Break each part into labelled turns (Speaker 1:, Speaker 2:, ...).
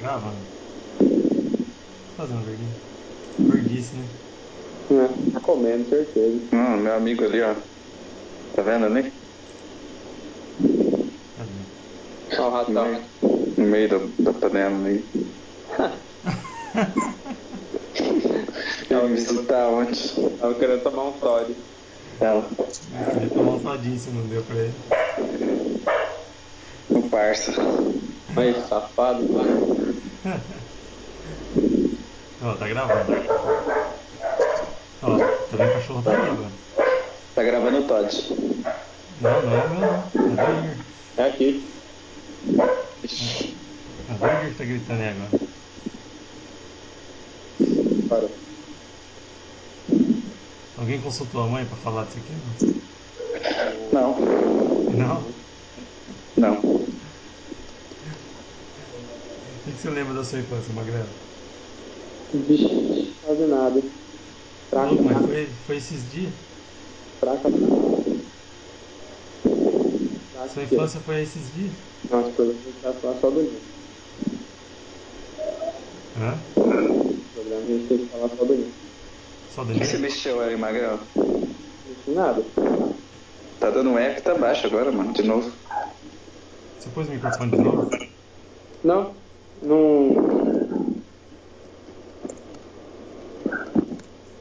Speaker 1: gravando. Tá Fazendo verdinho. Verdice, né?
Speaker 2: É, tá comendo, certeza.
Speaker 3: Hum, meu amigo ali, ó. Tá vendo ali?
Speaker 1: Tá vendo?
Speaker 2: Ó o
Speaker 3: No
Speaker 2: ratão.
Speaker 3: meio, no meio da, da panela ali. Ela me visitar antes.
Speaker 2: Tava querendo tomar um sódio.
Speaker 3: Ela,
Speaker 1: Eu queria tomar um sodinho se não deu pra ele.
Speaker 2: Um
Speaker 3: o parça.
Speaker 2: Olha esse safado, mano.
Speaker 1: Ó, tá gravando. Ó, tá vendo o cachorro tá aí agora.
Speaker 3: Tá gravando o Todd.
Speaker 1: Não, não é meu não. É do Igor.
Speaker 2: É aqui.
Speaker 1: É do Igor que tá gritando aí agora.
Speaker 2: Parou.
Speaker 1: Alguém consultou a mãe pra falar disso aqui?
Speaker 3: Não,
Speaker 1: Não? Não?
Speaker 3: não.
Speaker 1: O que que você lembra da sua infância, Magrela?
Speaker 2: Vixe, quase nada. Fraca,
Speaker 1: Louco, mas
Speaker 2: fraca,
Speaker 1: foi, foi esses dias?
Speaker 2: fraca. Fraca.
Speaker 1: Sua infância foi esses dias?
Speaker 2: Nossa, pelo menos a gente vai falar só do livro.
Speaker 1: Hã?
Speaker 2: O programa a gente tem que falar só do livro.
Speaker 1: Só do
Speaker 3: O que você
Speaker 1: Igor?
Speaker 3: mexeu ali, Magrão?
Speaker 2: Isso nada.
Speaker 3: Tá dando F, tá baixo agora, mano, de novo.
Speaker 1: Você pôs o microfone de novo?
Speaker 2: Não, não.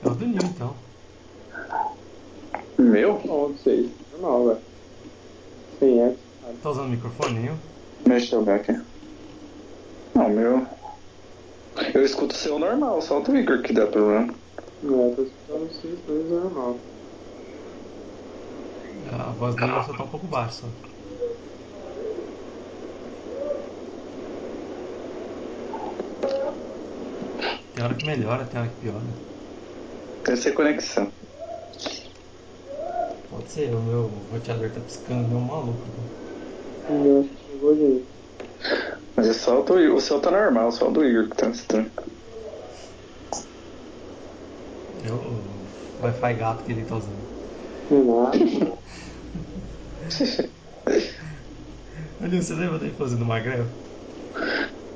Speaker 1: É o do Nil, então.
Speaker 3: Meu?
Speaker 2: Não, não sei. Normal, velho. Sem é, sabe?
Speaker 1: Tá usando o microfone, Nil?
Speaker 3: Deixa eu ver aqui. Não, meu. Eu escuto o seu normal, só o do Igor que dá problema.
Speaker 2: Não é, tô escutando os sintonias normal.
Speaker 1: É, A voz do Igor só tá um pouco baixa. só. Tem hora que melhora, tem hora que piora.
Speaker 3: Deve ser conexão.
Speaker 1: Pode ser, o meu roteador tá piscando, meu maluco. né?
Speaker 2: Eu acho que chegou de.
Speaker 3: Mas é só o do Igor. O seu tá normal, só o do Igor que tá estranho.
Speaker 1: É o Wi-Fi gato que ele tá usando.
Speaker 2: Não é nada.
Speaker 1: Olha, você lembra da infância do Magrelo?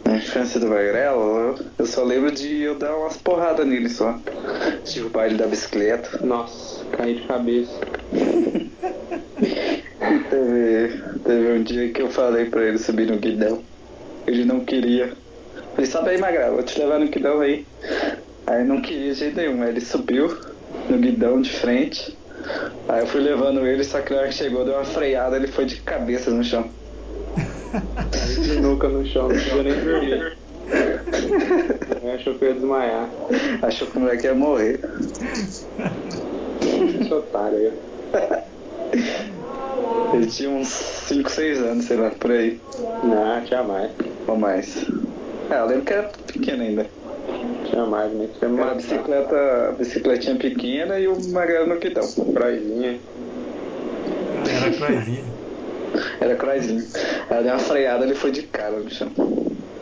Speaker 3: Na infância do Magrelo, eu só lembro de eu dar umas porradas nele só. Derrubar ele da bicicleta.
Speaker 2: Nossa, caí de cabeça.
Speaker 3: Teve, teve um dia que eu falei pra ele subir no guidão. Ele não queria. Falei, sobe aí, Magrelo, vou te levar no guidão aí. Aí não queria de jeito nenhum. Aí ele subiu no guidão de frente. Aí eu fui levando ele, só que na hora que chegou, deu uma freada, ele foi de cabeça no chão.
Speaker 2: Caí de nuca no chão, não podia nem dormir. Eu achou que eu ia desmaiar.
Speaker 3: Achou que o moleque ia morrer.
Speaker 2: Esse otário aí.
Speaker 3: Ele tinha uns 5, 6 anos, sei lá, por aí.
Speaker 2: Não, tinha mais.
Speaker 3: Ou mais. É, eu lembro que era pequeno ainda.
Speaker 2: Tinha mais, né? Tinha
Speaker 3: Uma
Speaker 2: mais.
Speaker 3: bicicleta, bicicletinha pequena e o Magrelo no guidão.
Speaker 2: Proizinha.
Speaker 1: Cara, Era coisinha.
Speaker 3: Era Croizinho. Ela deu uma freada, ele foi de cara no chão.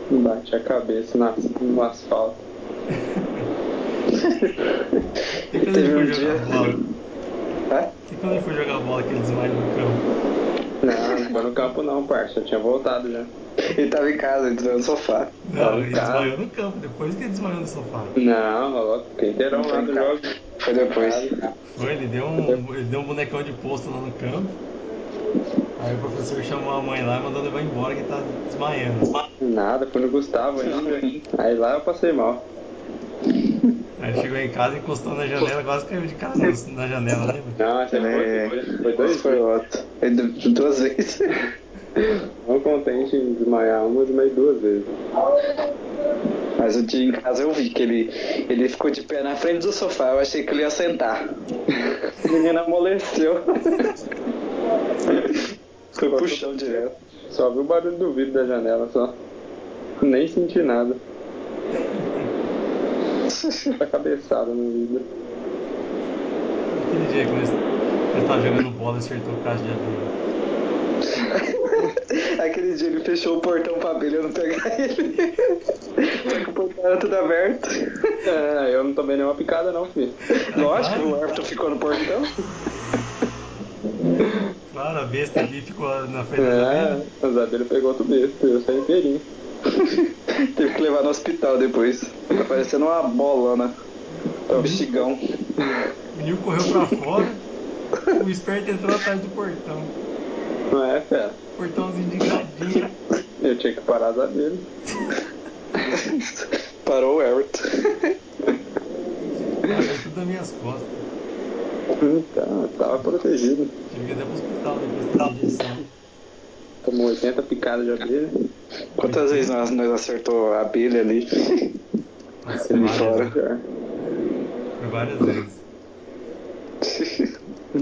Speaker 2: Bate a cabeça na, no asfalto.
Speaker 1: E quando ele
Speaker 3: Teve
Speaker 1: foi
Speaker 3: um
Speaker 1: jogar
Speaker 3: dia- É?
Speaker 1: bola?
Speaker 3: Hã?
Speaker 1: E quando ele foi jogar bola que ele desmaiou no campo?
Speaker 2: Não, não foi no campo não, parça. Eu tinha voltado já.
Speaker 3: Ele tava em casa, ele tava no sofá.
Speaker 1: Não,
Speaker 3: Tava
Speaker 1: ele
Speaker 3: em casa.
Speaker 1: desmaiou no campo, depois que ele desmaiou no sofá.
Speaker 2: Não, logo. Fiquei inteirão lá do jogo.
Speaker 3: Foi depois.
Speaker 1: Foi, ele deu um, ele deu um bonecão de posto lá no campo. Aí o professor chamou a mãe lá e mandou levar embora que tá desmaiando.
Speaker 2: Nada, foi no Gustavo ainda. Aí lá eu passei mal.
Speaker 1: Aí chegou em casa, encostou na janela, quase caiu de casa na- na janela, né? lembra?
Speaker 2: Não, essa
Speaker 3: É,
Speaker 2: foi, foi, foi dois
Speaker 3: foi
Speaker 2: dias.
Speaker 3: outro. Ele deu duas vezes.
Speaker 2: Não contente em desmaiar uma, eu desmaiei duas vezes.
Speaker 3: Mas o dia em casa eu vi que ele, ele ficou de pé na frente do sofá. Eu achei que ele ia sentar. O menino amoleceu. Foi puxão direto.
Speaker 2: Só vi o barulho do vidro da janela, só. Nem senti nada. Foi cabeçada no vidro.
Speaker 1: Aquele dia quando ele, ele tava jogando bola e acertou o caixa de abelha.
Speaker 3: Aquele dia ele fechou o portão pra abelha não pegar ele. Só que o portão era tudo aberto.
Speaker 2: É, eu não tomei nenhuma picada não, filho.
Speaker 3: Lógico, o árbitro ficou no portão.
Speaker 1: Claro, a besta ali ficou na frente da
Speaker 2: É,
Speaker 1: abelha.
Speaker 2: as abelhas pegou outro besta, eu saí inteirinho.
Speaker 3: Teve que levar no hospital depois. Tá parecendo uma bolona. Tá um bexigão.
Speaker 1: O Nil correu pra fora. O esperto entrou atrás do portão.
Speaker 2: Não é, fera?
Speaker 1: Portãozinho de gradinha.
Speaker 2: Eu tinha que parar as abelhas.
Speaker 3: Parou o Everton.
Speaker 1: Caiu é tudo nas minhas costas.
Speaker 2: Então, eu
Speaker 3: Tá.
Speaker 2: tava protegido.
Speaker 1: Tive que ir até pro hospital depois da injeção.
Speaker 2: Tomou 80 picadas de abelha.
Speaker 3: Quantas vezes nós, nós acertou a abelha ali?
Speaker 1: Nossa,
Speaker 3: Ele
Speaker 1: várias-
Speaker 3: fora.
Speaker 2: Já.
Speaker 1: Foi várias vezes.
Speaker 2: É.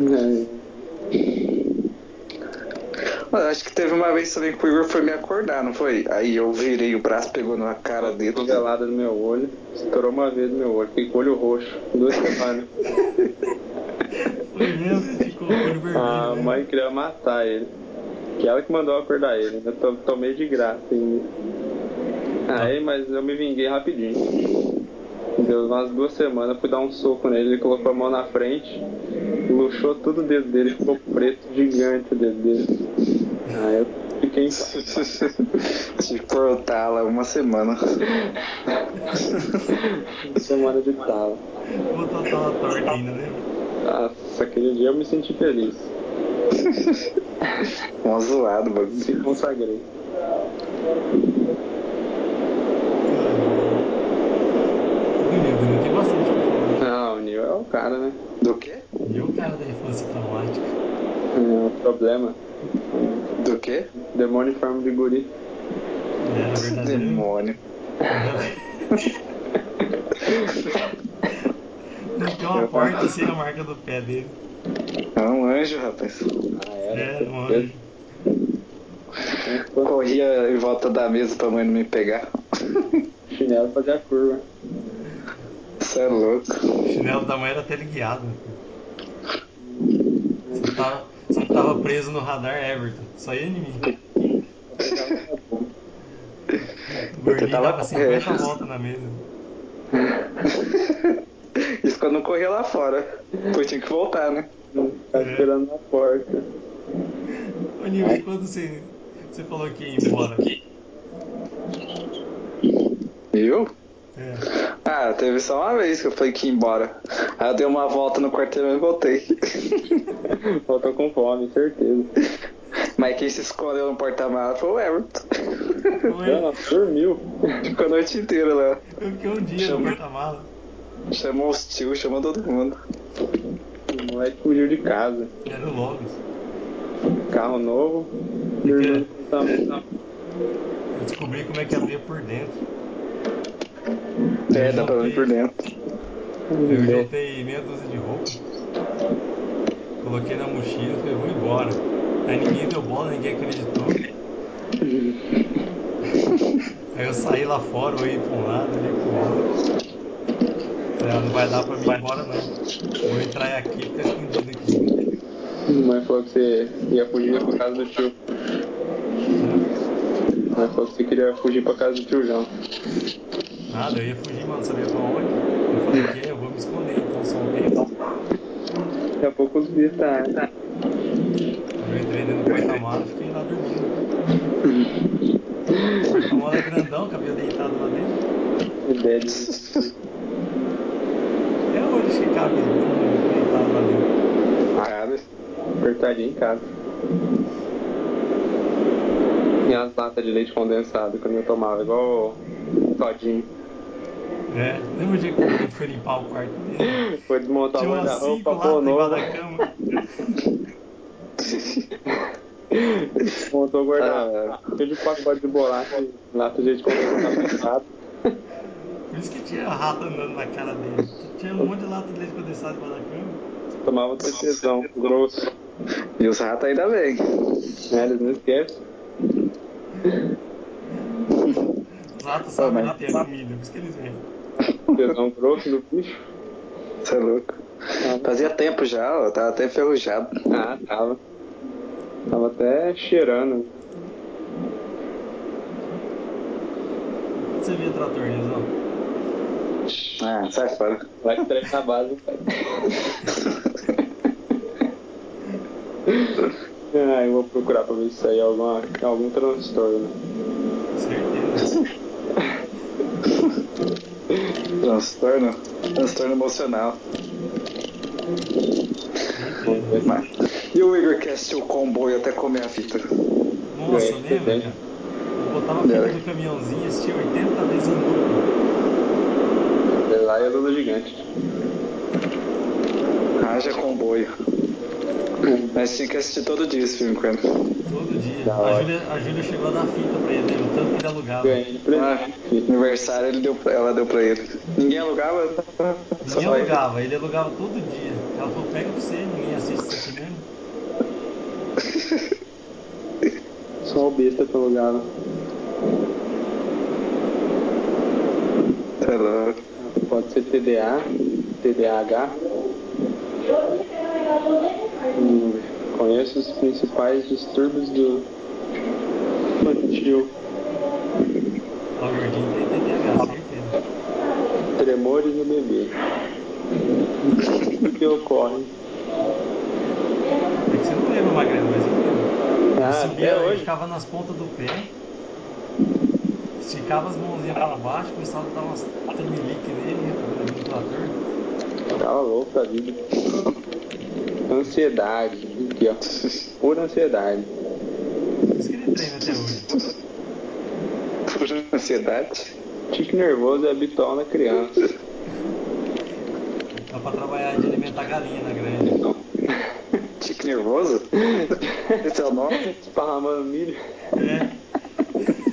Speaker 3: Mano, acho que teve uma vez também que o Igor foi me acordar, não foi? Aí eu virei o braço, pegou na cara dele.
Speaker 2: Pingalada no meu olho, estourou uma vez no meu olho, fiquei com o olho roxo, duas semanas.
Speaker 1: Foi mesmo, ficou o olho vermelho.
Speaker 2: A
Speaker 1: né?
Speaker 2: mãe queria matar ele. Que ela que mandou eu acordar ele. Eu to- tomei de graça ainda. Aí, mas eu me vinguei rapidinho. Deu umas duas semanas, eu fui dar um soco nele, ele colocou a mão na frente, luxou tudo o dedo dele, ficou preto, gigante o dedo dele. Aí eu fiquei em paz.
Speaker 3: De cortá-la uma semana.
Speaker 2: Uma semana de tala.
Speaker 1: Botou a tela torta ainda, né? lembra?
Speaker 2: Nossa, aquele dia eu me senti feliz.
Speaker 3: Uma zoada, mano.
Speaker 2: Me consagrei.
Speaker 1: Bonito, né? Tem bastante coisa.
Speaker 2: Não, o Nil é o cara, né?
Speaker 3: Do quê?
Speaker 1: E o cara da infância traumática? né?
Speaker 2: É o problema.
Speaker 3: Do quê?
Speaker 2: Demônio em forma de guri.
Speaker 1: Ele era verdadeiro.
Speaker 3: Demônio.
Speaker 1: Não tem uma porta sem a marca do pé dele.
Speaker 3: É um anjo, rapaz.
Speaker 2: Ah, era.
Speaker 1: É, mano.
Speaker 3: Corria em volta da mesa pra mãe não me pegar.
Speaker 2: Chinelo fazia curva.
Speaker 3: Você é louco.
Speaker 1: O chinelo da mãe era teleguiado. Você tava, você tava preso no radar Everton. é Só ia em mim. O gordinho
Speaker 3: tava-
Speaker 1: dava 50 voltas na mesa.
Speaker 3: Isso quando eu corria lá fora. Pois tinha que voltar, né?
Speaker 2: Tá
Speaker 1: É.
Speaker 2: esperando na porta.
Speaker 1: Ô Nil, e quando você, você falou que ia embora?
Speaker 3: Eu?
Speaker 1: É.
Speaker 3: Ah, teve só uma vez que eu falei que ia embora. Aí eu dei uma volta no quarteirão e voltei.
Speaker 2: Faltou com fome, certeza.
Speaker 3: Mas quem se escondeu no porta-malas foi o Everton.
Speaker 1: Foi
Speaker 2: Ela dormiu.
Speaker 3: Ficou a noite inteira lá.
Speaker 1: eu fiquei um dia no porta-mala.
Speaker 3: Chamou os tios, chamou todo mundo.
Speaker 2: O moleque fugiu de casa.
Speaker 1: Era o Logos.
Speaker 2: Carro novo. tá Dormindo com o Samu.
Speaker 1: Eu descobri como é que abria por dentro.
Speaker 3: É, dá pra ver por dentro.
Speaker 1: Eu juntei meia dúzia de roupa, coloquei na mochila e falei, vou embora. Aí ninguém deu bola, ninguém acreditou. Aí eu saí lá fora, eu ia pra um lado, eu ia pro outro. Falei, ah, não vai dar pra mim ir embora não. Vou entrar aqui e ficar escondido aqui.
Speaker 2: Mãe falou que você ia fugir pra casa do tio. Mãe falou que você queria fugir pra casa do tio João.
Speaker 1: Nada, eu ia fugir, mano, não sabia pra onde. Eu falei, que eu vou me esconder, então soltei.
Speaker 2: Daqui a pouco os bichos tá.
Speaker 1: Eu entrei dentro do porta-mala e fiquei lá dormindo. O porta-mala é grandão, cabelo deitado lá dentro.
Speaker 2: Ideia de.
Speaker 1: Até hoje É que cabe né? deitado lá dentro.
Speaker 3: Nada.
Speaker 2: Apertadinho em casa. E as latas de leite condensado que eu não tomava, igual o Todinho.
Speaker 1: É, lembra o dia que o Bruno foi limpar o quarto dele?
Speaker 2: Foi desmontar
Speaker 1: Tinha
Speaker 2: o
Speaker 1: umas cinco
Speaker 2: guarda-roupa, pô,
Speaker 1: latas embaixo
Speaker 2: novo.
Speaker 1: da cama.
Speaker 2: Montou o
Speaker 3: guarda-roupa.
Speaker 2: guarda-roupa. Cheio de pacote de bolacha. Lata de leite condensado apertado.
Speaker 1: Por isso que tinha rato andando na cara dele. Tinha um monte de lata de leite condensado embaixo da cama.
Speaker 2: Tomava TCzão, grosso.
Speaker 3: E os ratos ainda bem.
Speaker 2: Né, eles não esquecem.
Speaker 1: Os ratos sabem
Speaker 3: mas-
Speaker 1: bater a família, por isso que eles vêm.
Speaker 2: TCzão grosso do bicho. tá.
Speaker 3: Você é louco. Fazia tempo já, ó. Tava até enferrujado.
Speaker 2: Ah, tava. Tava até cheirando.
Speaker 1: Você via trator, Nilzão?
Speaker 3: Ah, sai fora.
Speaker 2: Vai que treina na base. Ah, eu vou procurar pra ver se saiu alguma, algum transtorno.
Speaker 1: Certeza.
Speaker 3: Transtorno? Transtorno emocional.
Speaker 1: certeza.
Speaker 3: Mas- E o Igor quer assistir o comboio até comer a fita.
Speaker 1: Nossa,
Speaker 2: É,
Speaker 1: lembra,
Speaker 2: é.
Speaker 1: cara? Eu botava a fita
Speaker 3: Era.
Speaker 1: do caminhãozinho e assistia 80 vezes em loop.
Speaker 2: Lá é a Lula Gigante.
Speaker 3: Haja comboio. Mas tinha que assistir todo dia esse filme com ele.
Speaker 1: Todo dia.
Speaker 2: Da
Speaker 1: A
Speaker 2: hora.
Speaker 1: Júlia, a Júlia chegou a dar fita pra ele, né, o tanto que ele alugava.
Speaker 2: Ganhei de
Speaker 3: Ah,
Speaker 2: presente.
Speaker 3: aniversário ele deu, pra- ela deu pra ele. Ninguém alugava? Só
Speaker 1: Ninguém
Speaker 3: só ele.
Speaker 1: alugava, ele alugava todo dia. Ela falou, pega pra você, ninguém assiste isso aqui mesmo.
Speaker 2: Só o besta que eu alugava.
Speaker 3: Tá louco.
Speaker 2: Pode ser TDA, TDAH. Hum, Conheço os principais distúrbios do infantil.
Speaker 1: Ó, o gordinho tem TDAH,
Speaker 2: Ah.
Speaker 1: certeza.
Speaker 2: Tremores no bebê. O que ocorre?
Speaker 1: É que você não lembra, Magrelo, mas eu lembro.
Speaker 2: Ah,
Speaker 1: Subia,
Speaker 2: até
Speaker 1: ele
Speaker 2: hoje.
Speaker 1: ficava nas pontas do pé, esticava as mãozinhas pra baixo, começava a dar umas tremelique nele, né, no ventilador.
Speaker 2: Tava Tá louco da vida. Ansiedade. Aqui, ó. Pura ansiedade.
Speaker 1: Por isso que ele treina até hoje.
Speaker 3: Por ansiedade?
Speaker 2: Tique nervoso é habitual na criança.
Speaker 1: Dá pra trabalhar de alimentar galinha na grande.
Speaker 3: Tique nervoso? Esse é o nome?
Speaker 2: Esparramando milho.
Speaker 1: É.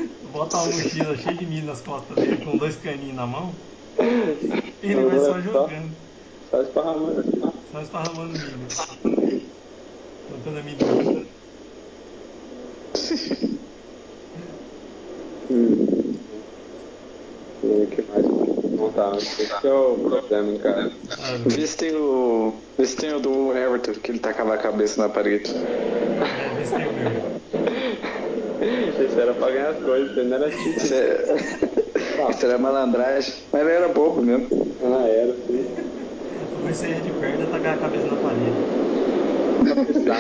Speaker 1: Bota uma mochila cheia de milho nas costas dele, com dois caninhos na mão, e ele vai só jogando,
Speaker 2: Só Tá esparramando.
Speaker 1: só esparramando milho. Plantando amendoim.
Speaker 2: Hum. E o que mais? Não tá. Esse é o problema, hein, cara.
Speaker 1: Sabe?
Speaker 3: Vê se tem o. Vê se tem o do Everton, que ele tacava a cabeça na parede.
Speaker 1: É, vê se tem o meu.
Speaker 2: Esse era pra ganhar as coisas, ele não era tipo.
Speaker 3: Isso é. Isso era malandragem. Mas ele era bobo mesmo.
Speaker 2: Ah, era, sim.
Speaker 1: Comecei a ir de perna e tacar a cabeça na parede.
Speaker 2: Tá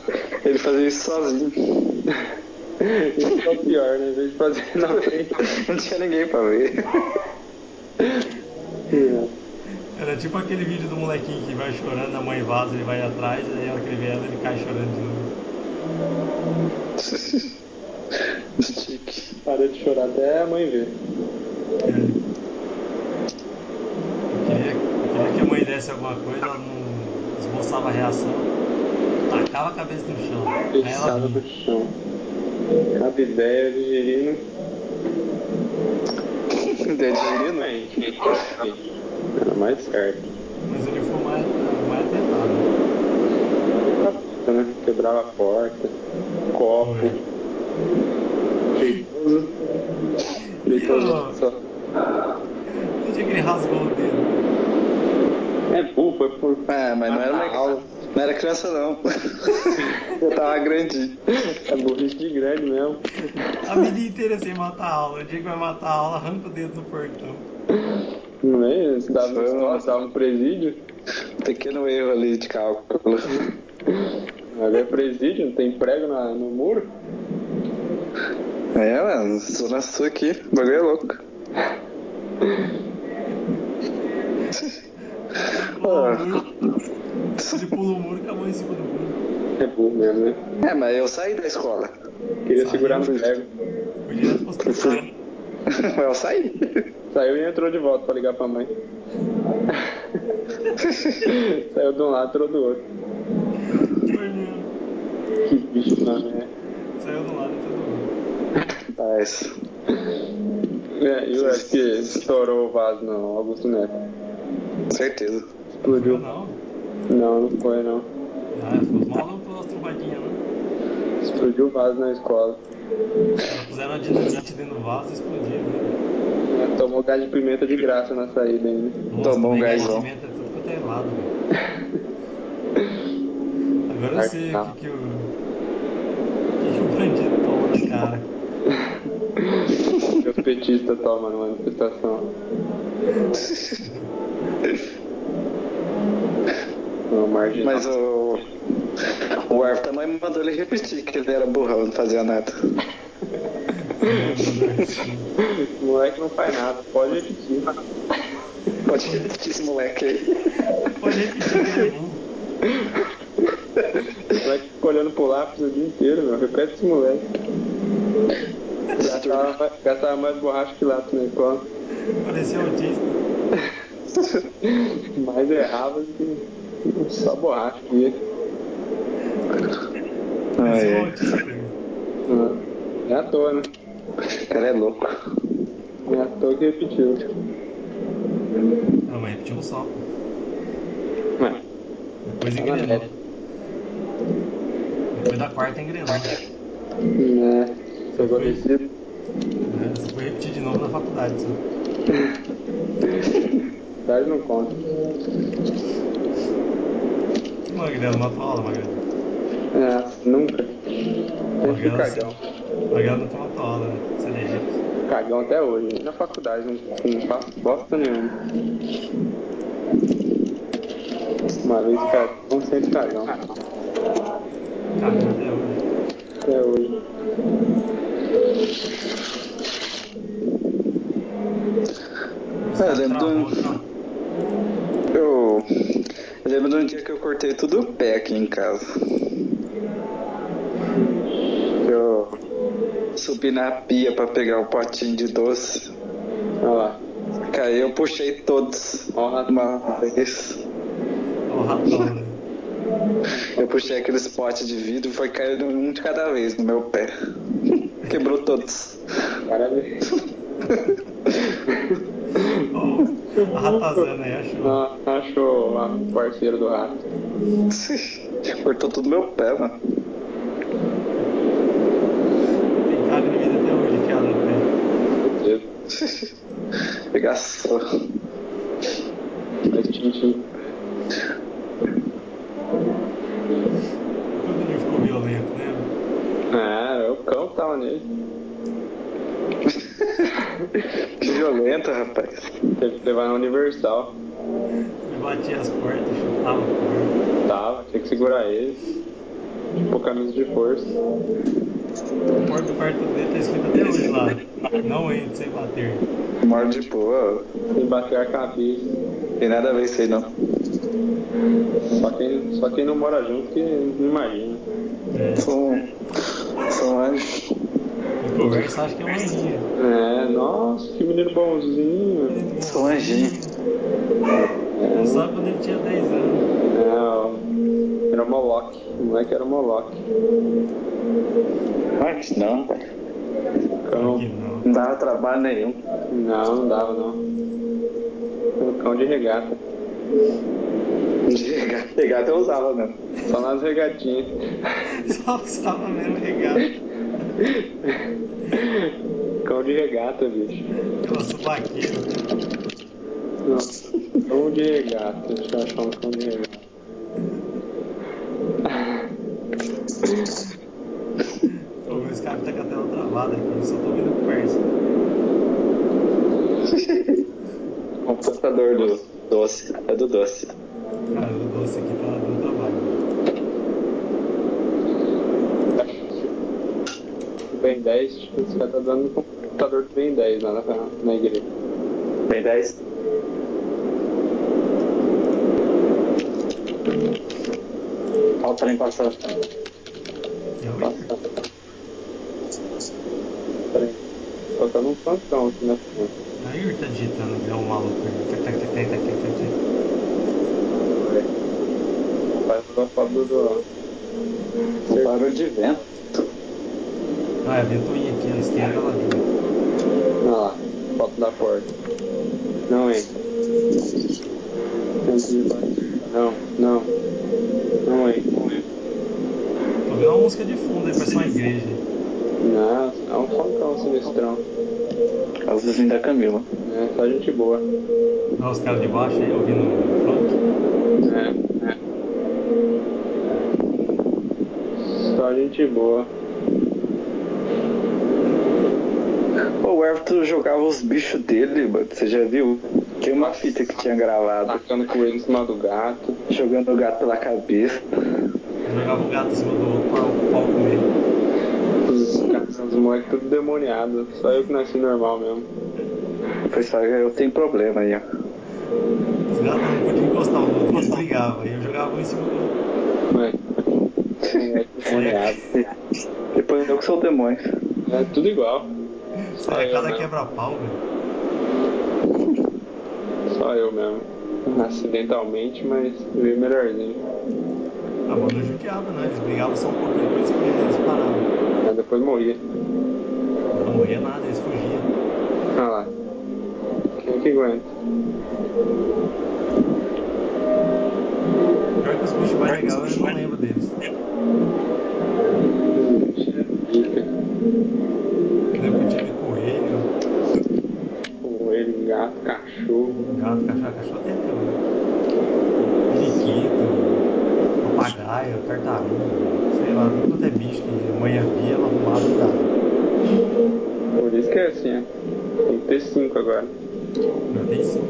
Speaker 2: Sabe.
Speaker 3: Ele fazia isso sozinho.
Speaker 2: Isso é o pior, né? Em vez de fazer na frente.
Speaker 3: Não tinha ninguém pra ver.
Speaker 1: Era tipo aquele vídeo do molequinho que vai chorando, a mãe vaza, ele vai atrás, e aí a hora que ele vê ela, ele cai chorando de novo.
Speaker 3: Chique.
Speaker 2: Parou de chorar até a mãe ver.
Speaker 1: É. Eu, queria, eu queria que a mãe desse alguma coisa, ela não esboçava a reação, tacava a cabeça no chão. Aí ela
Speaker 2: Fechado no
Speaker 1: vinha.
Speaker 2: chão. Cada ideia de girino.
Speaker 3: Dedinho.
Speaker 2: Era mais certo.
Speaker 1: Mas ele foi mais, mais atentado.
Speaker 2: Né? Quebrava a porta, copo, feitoso. Feitoso de só.
Speaker 1: No dia que ele rasgou o dedo.
Speaker 2: É burro, foi por.
Speaker 3: Ah, mas não era
Speaker 2: Ah, aula.
Speaker 3: legal. Não era criança, não. Eu tava grandinho.
Speaker 2: É burrice de grande mesmo.
Speaker 1: A vida inteira sem matar a aula. O dia que vai matar a aula, arranca o dedo no portão.
Speaker 2: Não é? Você dava,
Speaker 3: Foi,
Speaker 2: nossa, dava um presídio.
Speaker 3: Pequeno erro ali de cálculo.
Speaker 2: Agora é presídio, não tem prego na- no muro.
Speaker 3: É, mano, sou na sua aqui. O bagulho é louco.
Speaker 1: Pula o muro. Ele pula o muro com a mão em cima do muro.
Speaker 2: É burro mesmo, né?
Speaker 3: É, mas eu saí da escola.
Speaker 2: Queria segurar no prego.
Speaker 1: Foi direto pro hospital.
Speaker 3: Mas eu saí.
Speaker 2: Saiu e entrou de volta pra ligar pra mãe. Saiu de um lado, entrou do outro.
Speaker 1: Foi mesmo.
Speaker 2: Que bicho, não, né?
Speaker 1: Saiu do lado e todo mundo.
Speaker 3: Mas,
Speaker 2: É, eu acho que estourou o vaso, não, Augusto Neto.
Speaker 3: certeza.
Speaker 1: Não,
Speaker 2: Explodiu.
Speaker 1: não.
Speaker 2: Não, não foi, não.
Speaker 1: Ah, os malucos nas trombadinhas, né?
Speaker 2: Explodiu o vaso na escola.
Speaker 1: Elas puseram a dinamite dentro do vaso e explodiram. Né?
Speaker 2: É, Tomou gás de pimenta de graça na saída ainda.
Speaker 1: Nossa,
Speaker 3: Tomou um
Speaker 1: pegar
Speaker 3: gásão.
Speaker 1: alimento é tudo quanto é lado, velho. Agora eu sei o que, que o. O que, que o bandido toma na cara.
Speaker 2: Os petistas tomam na manifestação. Não, marginal.
Speaker 3: Mas o. O Arv também mandou ele repetir que ele era burrão, não fazia nada.
Speaker 2: O moleque não faz nada, pode repetir.
Speaker 3: Pode repetir esse moleque aí.
Speaker 1: Pode repetir, que ele é burro.
Speaker 2: O moleque fica olhando pro lápis o dia inteiro, meu. Repete esse moleque. Gastava, mais- gastava mais borracha que lápis na escola.
Speaker 1: Parecia um autista.
Speaker 2: Mais errava do que só borracha que ia.
Speaker 1: Parecia um
Speaker 3: Ai, é.
Speaker 1: autista. velho.
Speaker 2: Ah, É à toa, né?
Speaker 3: ai. O cara é louco.
Speaker 2: É à toa que repetiu.
Speaker 1: Não, mas repetiu um só.
Speaker 2: Mas,
Speaker 1: Depois
Speaker 2: Tá na
Speaker 1: engrenou.
Speaker 2: média.
Speaker 1: Depois da quarta engrenou.
Speaker 2: né? Pegou recibo.
Speaker 1: É, Você foi repetir de novo na faculdade. Só.
Speaker 2: Tarde não conta.
Speaker 1: Magrelo, na tua aula, Magrelo.
Speaker 2: É, nunca. Sempre fui
Speaker 1: Magrelo,
Speaker 2: cagão.
Speaker 1: Magrelo não toma tua aula, né? Você é
Speaker 2: Cagão até hoje. Na faculdade, não, não faço bosta nenhuma. Uma vez cagão, sempre cagão.
Speaker 1: Cagou até hoje.
Speaker 2: Até hoje.
Speaker 3: Ah, eu lembro
Speaker 1: Travou,
Speaker 3: do-
Speaker 1: tá não.
Speaker 3: Eu... eu lembro de um dia que eu cortei tudo o pé aqui em casa. Eu subi na pia pra pegar o potinho de doce.
Speaker 2: Olha lá.
Speaker 3: Caiu, eu puxei todos.
Speaker 2: Ó,
Speaker 3: Uma vez.
Speaker 1: Ó, o ratão, né?
Speaker 3: Eu puxei aqueles potes de vidro e foi caindo um de cada vez no meu pé. Quebrou todos.
Speaker 2: Parabéns.
Speaker 1: Ó, a ratazana aí, achou.
Speaker 2: Ah, achou lá o parceiro do rato.
Speaker 3: Cortou tudo meu pé, mano.
Speaker 1: Tem cara de vida até hoje, enfiada no pé.
Speaker 3: Regaçou.
Speaker 2: Mas tintim.
Speaker 1: Quando ele ficou violento, né?
Speaker 2: Ah, era o cão que tava nele.
Speaker 3: Que violento, rapaz.
Speaker 2: Teve que levar na Universal.
Speaker 1: Ele batia as portas, chutava a porta.
Speaker 2: Tava, tinha que segurar ele. Tipo, camisa de força.
Speaker 1: A porta do quarto dele tá escrito até hoje lá. Não entre sem bater.
Speaker 3: Moro de boa.
Speaker 2: Sem bater a cabeça.
Speaker 3: Tem nada a ver isso aí, não.
Speaker 2: Só quem, só quem não mora junto que não imagina.
Speaker 1: É.
Speaker 3: São. São anjos.
Speaker 1: E conversa, acho que é uma linha.
Speaker 2: É, nossa, que menino bonzinho.
Speaker 3: São anjinho.
Speaker 1: Não sabe quando ele tinha 10 anos.
Speaker 2: É, era o Moloch. O moleque era o Moloch.
Speaker 3: Antes não, pai. Então.
Speaker 2: Cão.
Speaker 1: Aqui não.
Speaker 3: Não dava trabalho nenhum.
Speaker 2: Não, não dava não. Era o cão de regata.
Speaker 3: De regata. Regata eu usava mesmo.
Speaker 2: Só nas regatinhas.
Speaker 1: Só precisava mesmo regar.
Speaker 2: Cão de regata, bicho.
Speaker 1: Nossa, o vaqueiro.
Speaker 2: Não. Cão de regata. Deixa eu achar um cão de regata.
Speaker 1: Pô, meu Skype tá com a tela travada aqui. Eu só tô ouvindo conversa.
Speaker 3: Computador do doce. É do doce.
Speaker 1: Cara, o doce aqui tá dando trabalho.
Speaker 2: O Ben 10, tipo, os caras tá dando um computador do Ben 10 lá na, na igreja.
Speaker 3: Tem 10? Olha o trem passando.
Speaker 1: É ruim.
Speaker 2: Peraí. Faltando um plantão aqui na frente.
Speaker 1: Aí o Igor tá digitando, é um maluco. aí. Tac, tac, tac, tac, tac, tac, tac.
Speaker 2: Faz uma foto do.
Speaker 3: Um barulho de vento.
Speaker 1: Não, é a ventoinha aqui, ó, esquerda ela liga.
Speaker 2: Olha lá, foto da porta. Não entra. Centro de baixo. Não, não. Não entra.
Speaker 1: Tô ouvindo uma música de fundo aí, parece uma igreja.
Speaker 2: Não, é um falcão sinistrão.
Speaker 3: As vizinhas da Camila.
Speaker 2: É, só gente boa.
Speaker 1: Olha os caras de baixo aí ouvindo funk.
Speaker 2: É, é. Só gente boa.
Speaker 3: Pô, o Everton jogava os bichos dele, mano. Você já viu? Tem uma fita que tinha gravado.
Speaker 2: Tacando coelho em cima do gato.
Speaker 3: Jogando o gato pela cabeça.
Speaker 1: É Jogava um gato em cima do outro pra o pau comer.
Speaker 2: Os, caras, os moleques tudo demoniado. Só eu que nasci normal mesmo.
Speaker 3: Pessoal, eu tenho problema aí, ó.
Speaker 1: Os gatos não podiam encostar um no outro, eles brigavam. Aí eu jogava um em cima do outro.
Speaker 2: Moleque. Moleque demoniado.
Speaker 3: Depois eu que sou o demônio.
Speaker 2: É tudo igual.
Speaker 1: Só
Speaker 2: eu
Speaker 1: cada
Speaker 2: mesmo.
Speaker 1: quebra-pau, velho.
Speaker 2: Só eu mesmo. Acidentalmente, mas veio melhorzinho.
Speaker 1: Ah, mas não judiava, né? Eles brigavam só um pouquinho, depois eles paravam.
Speaker 2: Mas depois morria.
Speaker 1: Não morria nada, eles fugiam.
Speaker 2: Ah lá. Quem que aguenta?
Speaker 1: Pior que os bichos mais legais, eu não lembro deles. Lembro que tive coelho,
Speaker 2: Coelho, gato, cachorro.
Speaker 1: gato, cachorro, cachorro até deu, né? Periquito, papagaio, tartaruga, sei lá, tudo quanto é bicho que a mãe havia, ela arrumava e dava.
Speaker 2: Por isso que é assim, ó. Tem que ter cinco agora.
Speaker 1: Eu dei cinco.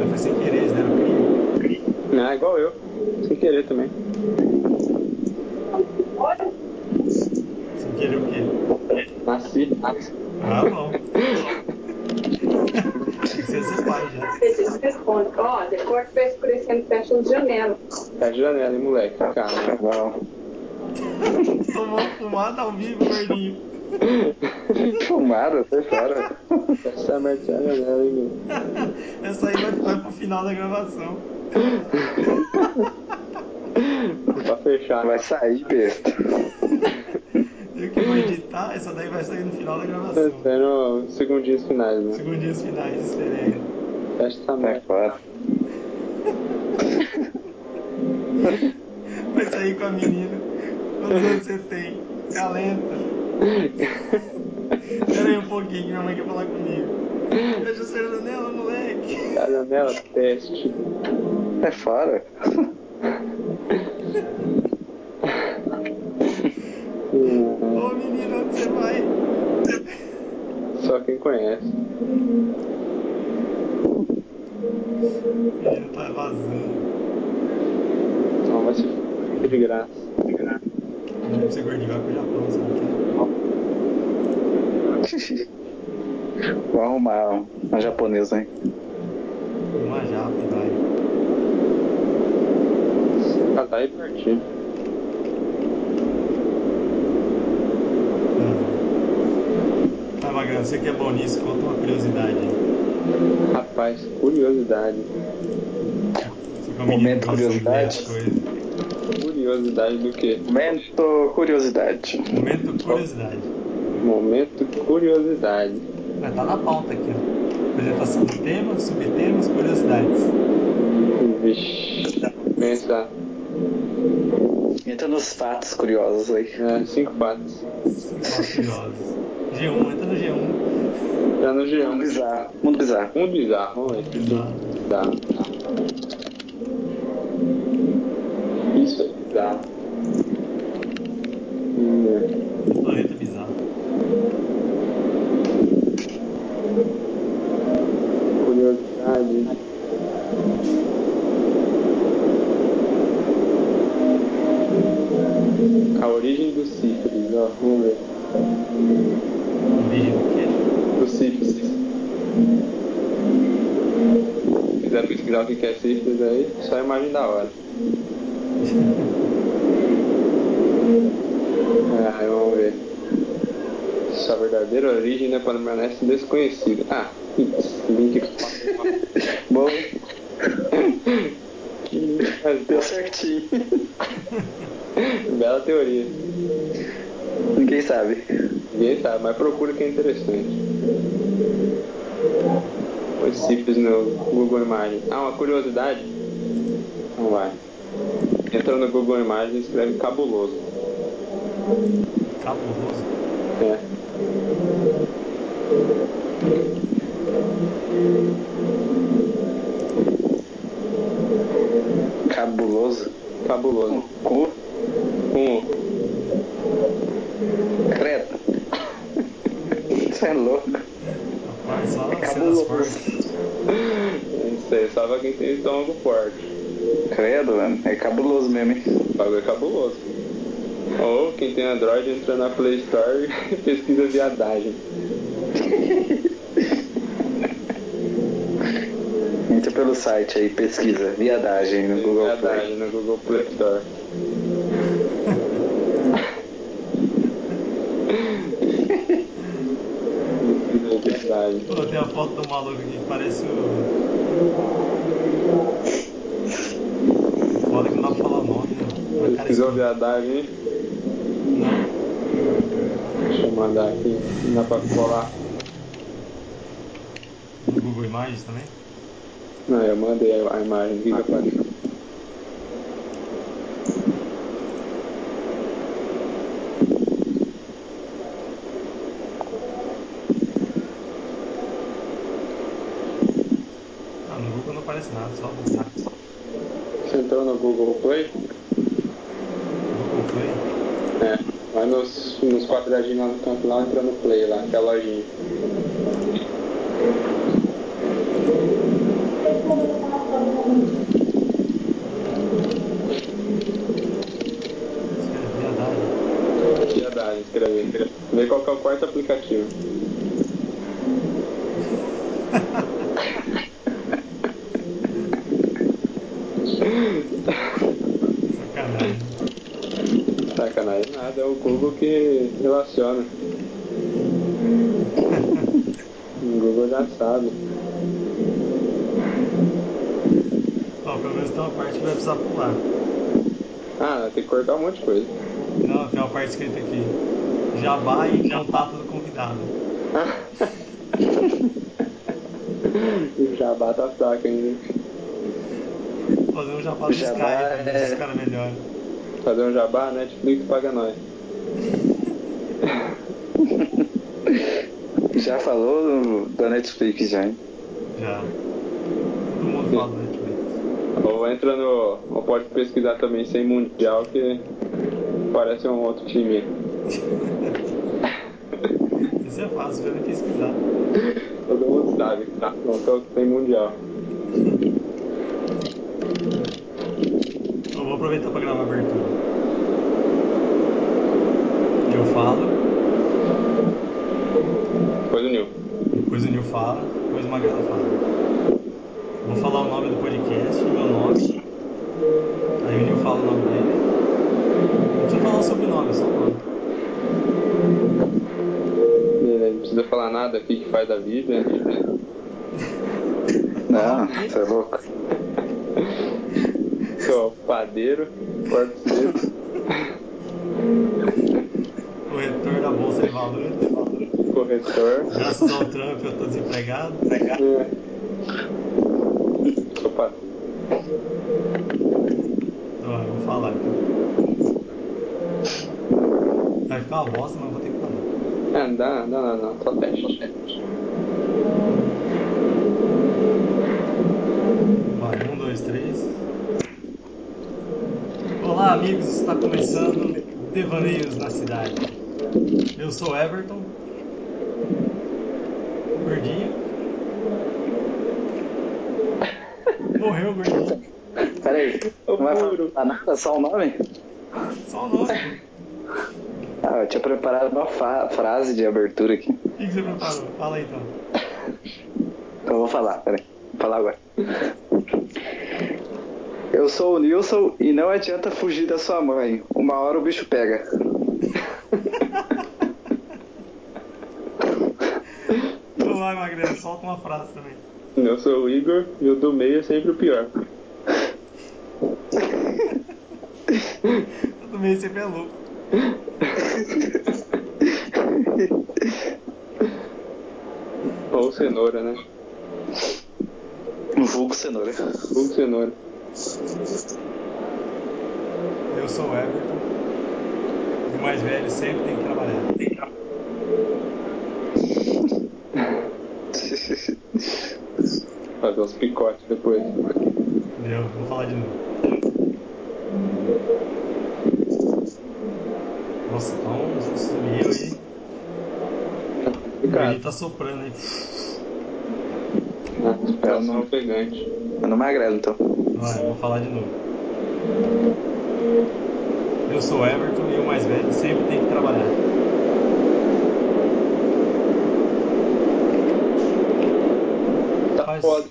Speaker 1: Eu fui sem querer, eles deram cria.
Speaker 2: Ah, igual eu. Sem querer também.
Speaker 1: Sem querer o quê?
Speaker 2: Nasci.
Speaker 1: Ah, bom. Você é seu pai já.
Speaker 4: Preciso responder. Ó, depois que vai escurecendo, fecha as janelas.
Speaker 2: É a janela, hein, moleque. Calma.
Speaker 3: Não.
Speaker 1: Tomou fumada ao vivo, gordinho.
Speaker 3: Fumado, sai fora.
Speaker 2: Essa merda é a janela, hein, meu.
Speaker 1: Essa aí vai, vai pro final da gravação.
Speaker 2: Pra fechar.
Speaker 3: Vai sair, besta.
Speaker 1: Eu que vou editar, essa daí vai sair no final da gravação.
Speaker 2: Sendo segundinhos finais, né?
Speaker 1: Segundinhos finais, esperei.
Speaker 2: Fecha essa
Speaker 3: Sai
Speaker 2: merda.
Speaker 3: fora.
Speaker 1: Vai sair com a menina. Quantos anos você tem? Calenta. Pera aí um pouquinho que minha mãe quer falar comigo. Fecha essa janela, é moleque.
Speaker 2: A janela, teste.
Speaker 3: Sai fora.
Speaker 1: Ô menina, onde você vai?
Speaker 2: Só quem conhece.
Speaker 1: O menino tá vazando.
Speaker 2: Não Então vai se f- de graça. De graça.
Speaker 1: Você gordinho vai pro Japão, sabe o que é?
Speaker 3: Vou arrumar um, uma japonesa, hein?
Speaker 1: Uma japa, vai.
Speaker 2: Casar e partir.
Speaker 1: Ah. Tá, Magrão, você que é bom nisso, conta uma curiosidade aí.
Speaker 2: Rapaz, curiosidade.
Speaker 1: Você que é um menino
Speaker 3: Momento
Speaker 1: que gosta de ver as
Speaker 3: curiosidade.
Speaker 1: coisas.
Speaker 2: Curiosidade do quê?
Speaker 3: Momento curiosidade.
Speaker 1: Momento curiosidade.
Speaker 2: Momento curiosidade.
Speaker 1: Vai tá na pauta aqui, ó. Apresentação do tema, subtemas, curiosidades.
Speaker 2: Vixe. Pensa.
Speaker 3: Entra nos fatos curiosos aí.
Speaker 2: É, cinco patos.
Speaker 1: Fatos curiosos. G1, entra no G1.
Speaker 2: Já no
Speaker 3: Mundo
Speaker 2: G1.
Speaker 3: bizarro. Mundo bizarro.
Speaker 2: Um bizarro, vamos ver.
Speaker 1: Exato.
Speaker 2: Bizarro. Isso é bizarro. Hum,
Speaker 1: Planeta bizarro.
Speaker 2: Curiosidade. A origem dos cifres, ó, vamos ver.
Speaker 1: Origem Um do
Speaker 2: do sífilis. Se quiser pesquisar o que que é sífilis aí, só imagem da hora. Ah, vamos ver. Sua verdadeira origem né, permanece desconhecida. Ah, putz, link
Speaker 3: Bom,
Speaker 2: que link mais
Speaker 3: deu certinho.
Speaker 2: bom. Bela teoria.
Speaker 3: Ninguém sabe.
Speaker 2: Ninguém sabe, mas procura que é interessante. Os sífilis no né, Google Imagens. Ah, uma curiosidade? Não vai. Entra no Google Imagens e escreve cabuloso.
Speaker 1: quê? Cabuloso.
Speaker 2: É.
Speaker 3: Cabuloso.
Speaker 2: Cabuloso.
Speaker 3: Cu.
Speaker 2: Um.
Speaker 3: Credo. Você é louco.
Speaker 1: Rapaz, só
Speaker 3: É
Speaker 1: cenas
Speaker 3: cabuloso.
Speaker 1: fortes.
Speaker 2: Isso aí, só pra quem tem estômago um forte.
Speaker 3: Credo, mano. É cabuloso mesmo, hein?
Speaker 2: O bagulho é cabuloso. Ou quem tem Android entra na Play Store e pesquisa viadagem.
Speaker 3: Entra pelo site aí, pesquisa. Viadagem no Google Play.
Speaker 2: viadagem no Google Play Store. Pesquisa viadagem.
Speaker 1: Pô, tem a foto do maluco aqui que parece o. Foda que não dá pra falar o nome, né? Uma cara
Speaker 2: Pesquisou
Speaker 1: escura.
Speaker 2: viadagem, hein? Deixa eu mandar aqui. Não dá pra colar.
Speaker 1: No Google Imagens também?
Speaker 2: Não, eu mandei a a imagem. O que que eu faço?
Speaker 1: Ah, no Google não aparece nada, só buscar.
Speaker 2: Você entrou no Google Play?
Speaker 1: Google Play?
Speaker 2: É, vai nos, nos quadradinhos lá no canto, lá entra no Play, lá, que é a lojinha.
Speaker 1: Isso é viadagem.
Speaker 2: Verdade, é escreve. Vê qual que é o quarto aplicativo.
Speaker 1: Sacanagem.
Speaker 2: Sacanagem, nada, é o Google que relaciona. o Google já sabe.
Speaker 1: Ó, pelo menos tem uma parte que vai precisar pular.
Speaker 2: Ah, tem que cortar um monte de coisa.
Speaker 1: Não, tem uma parte escrita aqui. Jabá e contato do convidado.
Speaker 2: O jabá tá fraco ainda.
Speaker 1: Fazer um jabá do
Speaker 3: Jabá
Speaker 1: Skype, pra ver se
Speaker 3: é-
Speaker 1: os caras melhoram.
Speaker 2: Fazer um jabá, Netflix paga nós.
Speaker 3: Já falou do- da Netflix já, hein?
Speaker 1: Já. Todo mundo fala do Netflix.
Speaker 2: Ou entra no. Ou pode pesquisar também sem mundial que parece um outro time.
Speaker 1: Isso é fácil, você vai pesquisar.
Speaker 2: Todo mundo sabe que tá. Não tô sem mundial.
Speaker 1: Eu vou aproveitar pra gravar a abertura. Eu falo,
Speaker 2: Depois o Nil.
Speaker 1: depois o Nil fala, depois o Magrela fala. Vou falar o nome do podcast, o meu nome. Aí o Nil fala o nome dele. Não precisa falar o sobrenome, é só o nome.
Speaker 2: É, Não precisa falar nada aqui que faz da vida. né?
Speaker 3: Não, você é louco.
Speaker 2: Sou padeiro, porteiro,
Speaker 1: Corretor da Bolsa de Valores.
Speaker 2: corretor.
Speaker 1: Graças ao Trump eu tô desempregado.
Speaker 2: É. Sou padeiro.
Speaker 1: Então eu vou falar. Vai ficar uma bosta, mas eu vou ter que falar.
Speaker 2: Ah, não, dá- não, não, não, só teste.
Speaker 1: Vai, um, dois, três. Olá, amigos, está começando Devaneios na Cidade. Eu sou Everton. Gordinho. Morreu o gordinho.
Speaker 3: Peraí, não vai
Speaker 2: puro.
Speaker 3: falar nada, só o nome?
Speaker 1: Só o nome. O
Speaker 3: Ah, eu tinha preparado uma fa- frase de abertura aqui.
Speaker 1: que que você preparou? Fala aí então.
Speaker 3: Então eu vou falar, peraí. Vou falar agora. Eu sou o Nilson e não adianta fugir da sua mãe. Uma hora o bicho pega.
Speaker 1: Então vai, Magrelo, solta uma frase também.
Speaker 2: Eu sou o Igor e o do meio é sempre o pior.
Speaker 1: Eu também sempre é louco.
Speaker 2: Ou cenoura, né?
Speaker 3: Um Vulgo cenoura.
Speaker 2: Ou cenoura.
Speaker 1: Eu sou o Everton. E o mais velho sempre tem que trabalhar.
Speaker 2: Fazer uns picotes depois.
Speaker 1: Entendeu? Vou falar de novo. Nossa, tá um sumiu aí. O
Speaker 2: Complicado.
Speaker 1: Gordinho tá soprando aí.
Speaker 2: Ah, é um ofegante. um
Speaker 3: Eu não magrelo, então.
Speaker 1: Vai, vou falar de novo. Eu sou o Everton e o mais velho sempre tem que trabalhar.
Speaker 2: Tá
Speaker 1: Mas-
Speaker 2: foda.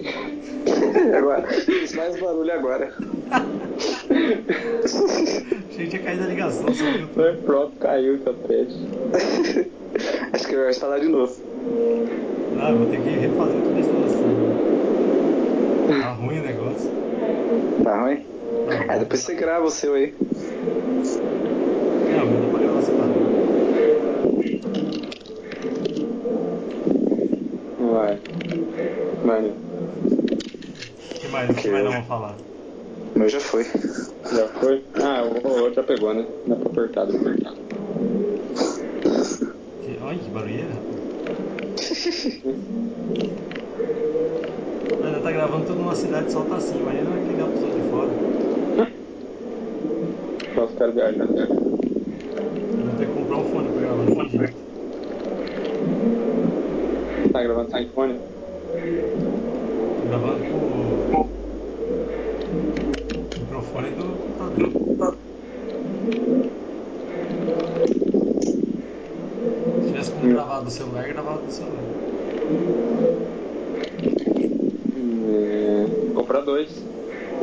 Speaker 3: Agora, fiz mais barulho agora.
Speaker 1: Achei que tinha caído a ligação, só que eu tô-
Speaker 2: Meu próprio caiu essa peste.
Speaker 3: Acho que eu ia falar de novo.
Speaker 1: Não, eu "Ah, vou ter que refazer toda a instalação. né?" Tá ruim o negócio.
Speaker 3: Tá ruim? Ah, depois você grava o seu aí.
Speaker 1: Não, mas dá pra gravar separado.
Speaker 2: Vai. Mano,
Speaker 1: O que mais? O que mais não vou falar?
Speaker 3: O meu já foi.
Speaker 2: já foi? Ah, o o outro já pegou, né? Dá pra cortar, dá pra cortar.
Speaker 1: Que... Olha que barulheira. Ainda tá gravando tudo numa cidade só tá assim, mas aí não vai ligar pros outros de fora.
Speaker 2: Só os caras viajando.
Speaker 1: Vou ter que comprar um fone pra gravar não tem jeito.
Speaker 2: Tá gravando sem fone?
Speaker 1: Tô Gravando com o microfone do computador. Se tivesse como gravar do celular, gravava do celular.
Speaker 2: É... Comprar dois.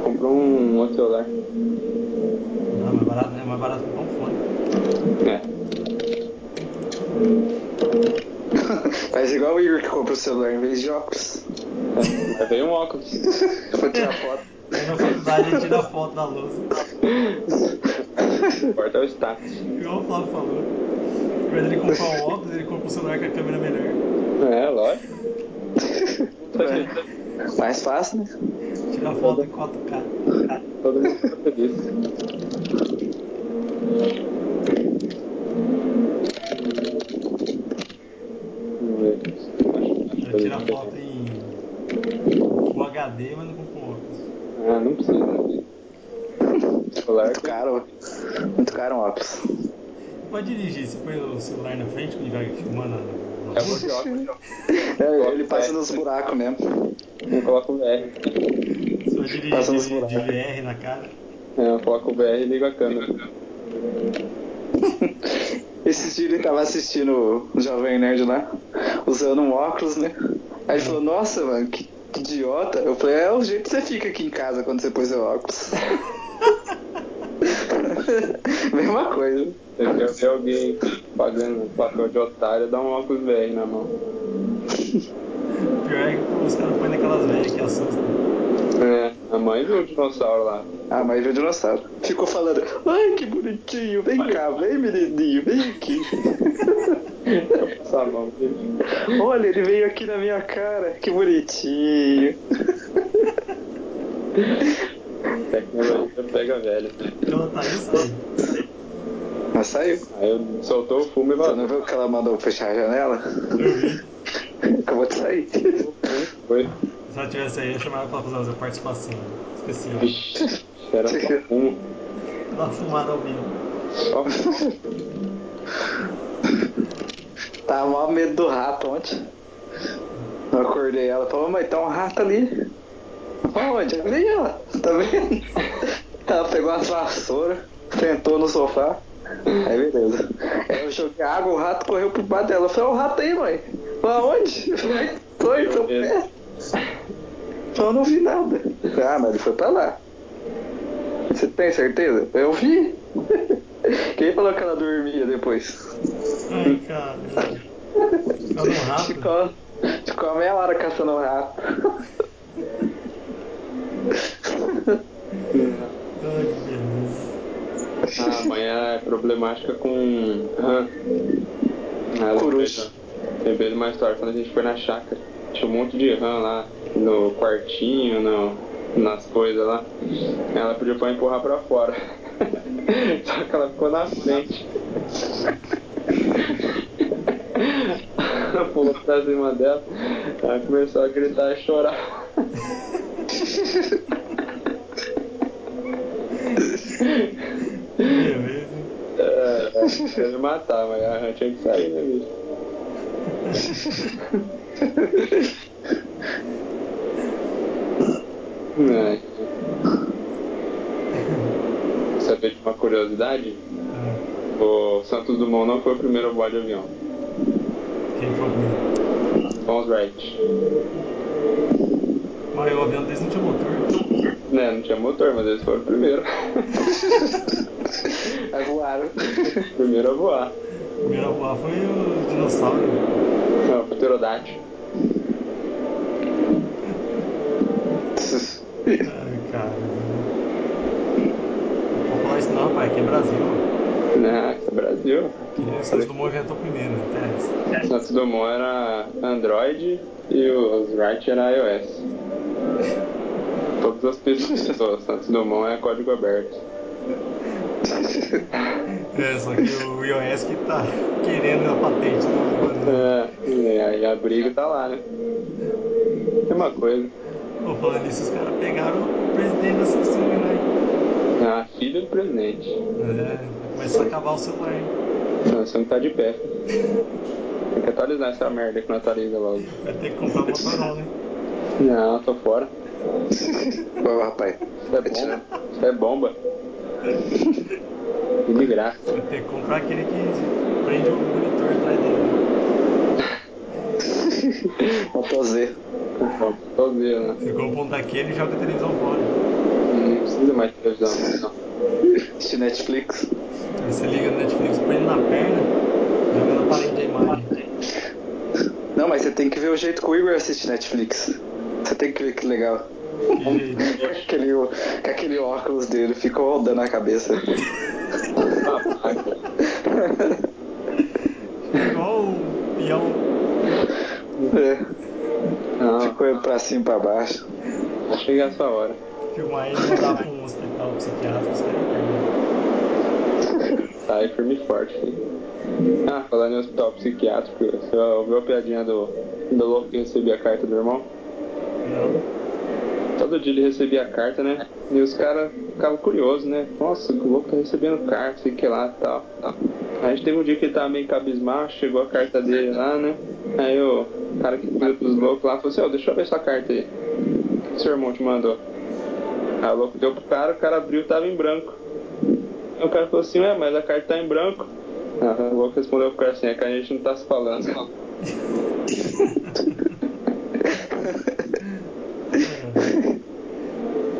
Speaker 2: Comprou um outro celular.
Speaker 1: Não, mas barato, é mais barato comprar um fone.
Speaker 2: É.
Speaker 3: Faz igual o Igor que compra o celular em vez de óculos.
Speaker 2: Mas veio um óculos.
Speaker 3: Eu vou tirar foto.
Speaker 1: Aí na faculdade ele tira foto da lousa.
Speaker 2: Corta o status.
Speaker 1: Igual o Flávio falou. Ao invés dele comprar um óculos, ele compra um celular com a câmera melhor.
Speaker 2: É, lógico. É.
Speaker 3: Mais fácil, né?
Speaker 1: Tira foto em 4K.
Speaker 2: Todo mundo tá gosta disso.
Speaker 1: Ele tira foto em Full HD, mas não compra um óculos.
Speaker 2: Ah, não precisa. né? Celular.
Speaker 3: Muito caro. Muito caro um óculos.
Speaker 1: Pode dirigir, você põe o celular na frente quando vai filmando na, na
Speaker 2: É bom
Speaker 1: rua.
Speaker 2: de óculos.
Speaker 3: É, ele passa nos buracos mesmo.
Speaker 2: Não coloca o VR.
Speaker 1: Você vai dirigir
Speaker 3: Passa nos
Speaker 1: de, de
Speaker 3: buracos.
Speaker 1: VR na cara.
Speaker 2: Não, coloca É, o VR e liga a câmera.
Speaker 3: Esse dia ele tava assistindo o Jovem Nerd lá, usando um óculos, né? Aí ele falou, nossa, mano, que, que idiota. Eu falei, é o jeito que você fica aqui em casa quando você põe seu óculos. Mesma coisa.
Speaker 2: Você quer ver alguém pagando um papel de otário, dá um óculos VR na mão.
Speaker 1: Pior é que os caras põem naquelas velhas que assustam.
Speaker 2: É, a mãe viu um dinossauro lá.
Speaker 3: Ah, mas veio o dinossauro. Ficou falando, ai que bonitinho, vem cá, vem menininho, vem aqui.
Speaker 2: Eu passo a mão. Tá gente.
Speaker 3: Olha, ele veio aqui na minha cara, que bonitinho.
Speaker 2: Tecnologia pega velho.
Speaker 1: Então tá isso aí.
Speaker 3: Mas saiu.
Speaker 2: Aí eu soltou o fumo e
Speaker 3: Você
Speaker 2: vazou.
Speaker 3: não viu que ela mandou fechar a janela? Acabou de sair.
Speaker 2: Foi.
Speaker 1: Se ela tivesse aí, eu chamava pra fazer uma participação especial.
Speaker 2: Ixi, Era só fumo.
Speaker 1: Ela fumada ao vivo.
Speaker 2: Só fumo.
Speaker 3: Tava mó medo do rato ontem. Eu acordei ela, falou, mãe, tá um rato ali. Onde? Eu falei, ela, tá vendo? Ela pegou uma vassoura, sentou no sofá. Aí beleza. Aí eu joguei água, o rato correu pro bar dela. Eu falei, ó, o rato aí, mãe. Falei, onde? Eu falei, tô em seu pé. Falei, eu não vi nada. Eu falei, Ah, mas ele foi pra lá. Você tem certeza? Eu vi. Quem falou que ela dormia depois?
Speaker 1: Ai, cara. Ficando um rato.
Speaker 3: Ficou, ficou a meia hora caçando o rato.
Speaker 1: Ai, que beleza.
Speaker 2: A mãe é problemática com. rã. Ela
Speaker 3: Coruja.
Speaker 2: Lembrei de uma história quando a gente foi na chácara. Tinha um monte de rã lá no quartinho, no, nas coisas lá. Ela pediu pra empurrar pra fora. Só que ela ficou na frente. Ela pulou pra cima dela. Ela começou a gritar e chorar.
Speaker 1: Que beleza.
Speaker 2: É, ia me matar, mas a rã tinha que sair, né, bicho? É. saber de uma curiosidade?
Speaker 1: Ah,
Speaker 2: O Santos Dumont não foi o primeiro voo de avião.
Speaker 1: quem foi comigo?
Speaker 2: Thomas Wright.
Speaker 1: Mas o avião deles não tinha motor.
Speaker 2: Né, não tinha motor, mas eles foram o primeiro.
Speaker 3: Aí voaram.
Speaker 2: primeiro a voar.
Speaker 1: O primeiro a voar foi o dinossauro.
Speaker 2: Não, pterodátil.
Speaker 1: Ai, cara. Não vou falar isso não, rapaz, aqui é Brasil.
Speaker 2: Né, isso é Brasil.
Speaker 1: Que o Santos Dumont inventou primeiro, né? Até essa.
Speaker 2: Santos Dumont era Android e o Wright era iOS. Todas as pessoas. o Santos Dumont é código aberto.
Speaker 1: É, só que o iOS que tá querendo a patente do né?
Speaker 2: É, e aí a briga tá lá, né? É uma coisa.
Speaker 1: Pô, falando isso, os caras pegaram o presidente da Samsung, né?
Speaker 2: A filha Ah, do presidente.
Speaker 1: É, começou a acabar o celular, hein?
Speaker 2: Não, você não tá de pé. Tem que atualizar essa merda que não atualiza logo.
Speaker 1: Vai ter que comprar o Motorola, hein?
Speaker 2: Não, tô fora.
Speaker 3: Bom, rapaz.
Speaker 2: Isso é bomba. Isso é bomba. De graça.
Speaker 1: Vai ter que comprar aquele que prende o monitor atrás dele. né?
Speaker 2: né?
Speaker 3: Motor Z.
Speaker 2: Tô vendo, né?
Speaker 1: Você compra um daquele e joga a televisão fora.
Speaker 2: Não precisa mais de televisão. não.
Speaker 3: De Netflix.
Speaker 1: Aí você liga no Netflix, prende na perna, joga na parede da imagem.
Speaker 3: Não, mas você tem que ver o jeito que o Igor assiste Netflix. Você tem que ver que legal.
Speaker 1: Que jeito.
Speaker 3: Com aquele, com aquele óculos dele, ficou rodando a cabeça. É.
Speaker 1: Igual o peão.
Speaker 3: É,
Speaker 2: Não,
Speaker 3: ficou pra cima e pra baixo.
Speaker 2: vai chegar a sua hora.
Speaker 1: Filmar ele e mandar pra um hospital psiquiátrico, os caras perdem.
Speaker 2: Sai Tá firme e forte. filho. Ah, falando em hospital psiquiátrico, você ouviu a piadinha do, do louco que recebia a carta do irmão?
Speaker 1: Não.
Speaker 2: Todo dia ele recebia a carta, né? E os caras ficavam curiosos, né? Nossa, o louco tá recebendo carta, sei que lá tal, tal. Aí teve um dia que ele tava meio cabisbaixo, chegou a carta dele lá, né? Aí o cara que cuida dos loucos lá falou assim, ó, deixa eu ver sua carta aí. O que seu irmão te mandou. Aí o louco deu pro cara, o cara abriu tava em branco. Aí o cara falou assim, ué, mas a carta tá em branco. Ah, o louco respondeu pro cara assim, é que a gente não tá se falando.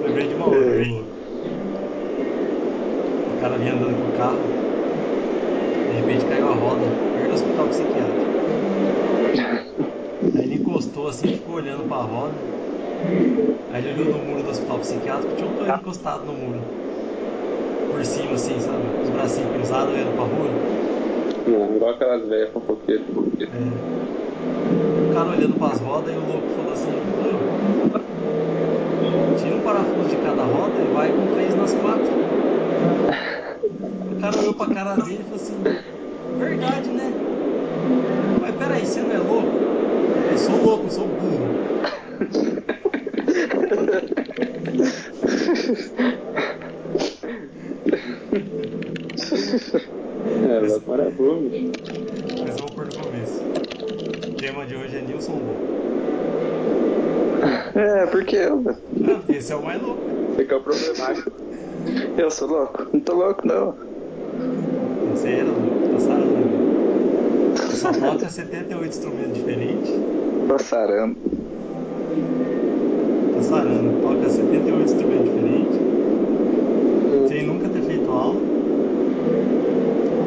Speaker 1: Lembrei de uma outra. O o cara vinha andando com o carro, de repente caiu a roda, perto do hospital psiquiátrico. Aí ele encostou assim, ficou olhando pra roda. Aí ele olhou no muro do hospital psiquiátrico, tinha um touro encostado no muro. Por cima, assim, sabe? Com Os bracinhos cruzados, olhando pra rua.
Speaker 2: Não, igual aquelas velhas fofoqueiras.
Speaker 1: É. O cara olhando pras rodas e o louco falou assim: "Ô, tira um parafuso de cada roda e vai com três nas quatro. O cara olhou pra cara dele e falou assim: verdade, né? Mas peraí, você não é louco? Eu sou louco, eu sou burro.
Speaker 2: É, o louco era burro, bicho.
Speaker 1: Mas vamos por do começo. O tema de hoje é Nilson Louco.
Speaker 3: É, porque eu,
Speaker 1: Ah, porque esse é o mais louco. né?
Speaker 2: Esse aqui é o problemático.
Speaker 3: eu sou louco. Não tô louco, não.
Speaker 1: Você era louco, passaram louco. Só toca 78 instrumentos diferentes.
Speaker 3: Passarando.
Speaker 1: Tá sarando, toca 78 instrumentos diferentes, sem nunca ter feito aula,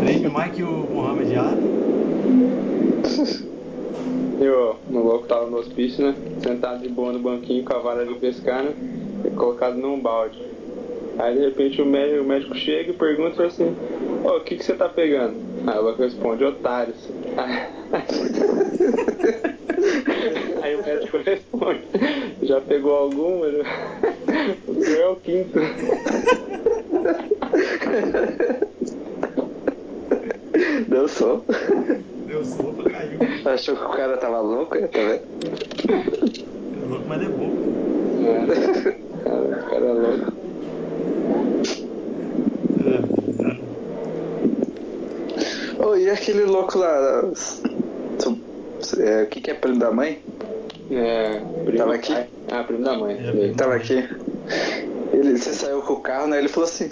Speaker 1: treme mais que o Mohamed Ali.
Speaker 2: E o o louco tava no hospício, né? Sentado de boa no banquinho com a vara de pescar, né? E colocado num balde. Aí de repente o médico, o médico chega e pergunta assim, ô, o que, que você tá pegando? Aí o louco responde, otários. Aí- Aí o médico responde, já pegou algum? Ele- O senhor é o quinto.
Speaker 3: Deu som.
Speaker 1: Deus sopa, caiu.
Speaker 3: Achou que o cara tava louco, é, tá vendo?
Speaker 1: É louco, mas é bobo.
Speaker 2: É, cara, o cara é louco.
Speaker 1: É.
Speaker 3: Oh, e aquele louco lá. tu- é, O que, que é primo da mãe?
Speaker 2: É, primo
Speaker 3: Tava
Speaker 2: do
Speaker 3: aqui?
Speaker 2: pai. Ah, primo da mãe.
Speaker 1: É,
Speaker 3: Ele tava aqui. Ele, você saiu com o carro, né? Ele falou assim.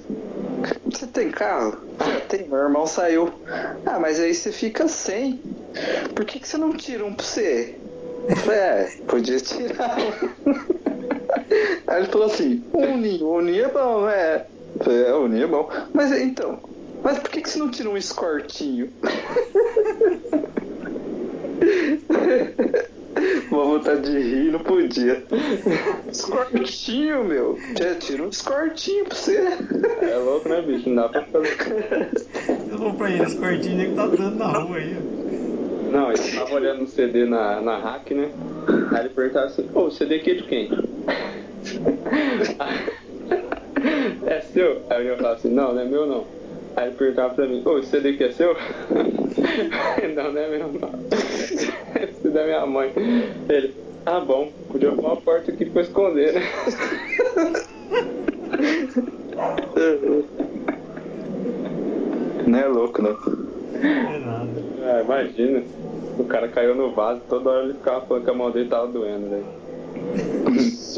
Speaker 3: tem carro? Ah, tem, meu irmão saiu. Ah, mas aí você fica sem. Por que, que você não tira um pra você? Eu falei, é, podia tirar um. Aí ele falou assim, um ninho, um ninho é bom, é. Eu falei, é, um ninho é bom. Mas então, mas por que, que você não tira um escortinho? Uma vontade de rir, não podia. Escortinho, meu. Já tira um escortinho pra você.
Speaker 2: É louco, né, bicho? Não dá pra fazer.
Speaker 1: Eu vou pra ele, esse cortinho que tá dando na rua aí.
Speaker 2: Não, ele tava olhando o CD na, na hack, né? Aí ele perguntava assim, ô, o CD aqui é de quem? é seu? Aí eu falava assim, não, não é meu não. Aí ele perguntava pra mim, ô, esse CD aqui é seu? não, não é meu não. É Esse da minha mãe. Ele, ah bom, podia arrumar uma porta aqui pra esconder, né?
Speaker 3: Não é louco, não.
Speaker 1: Não é nada.
Speaker 2: Ah, imagina. O cara caiu no vaso, toda hora ele ficava falando que a mão dele tava doendo, velho.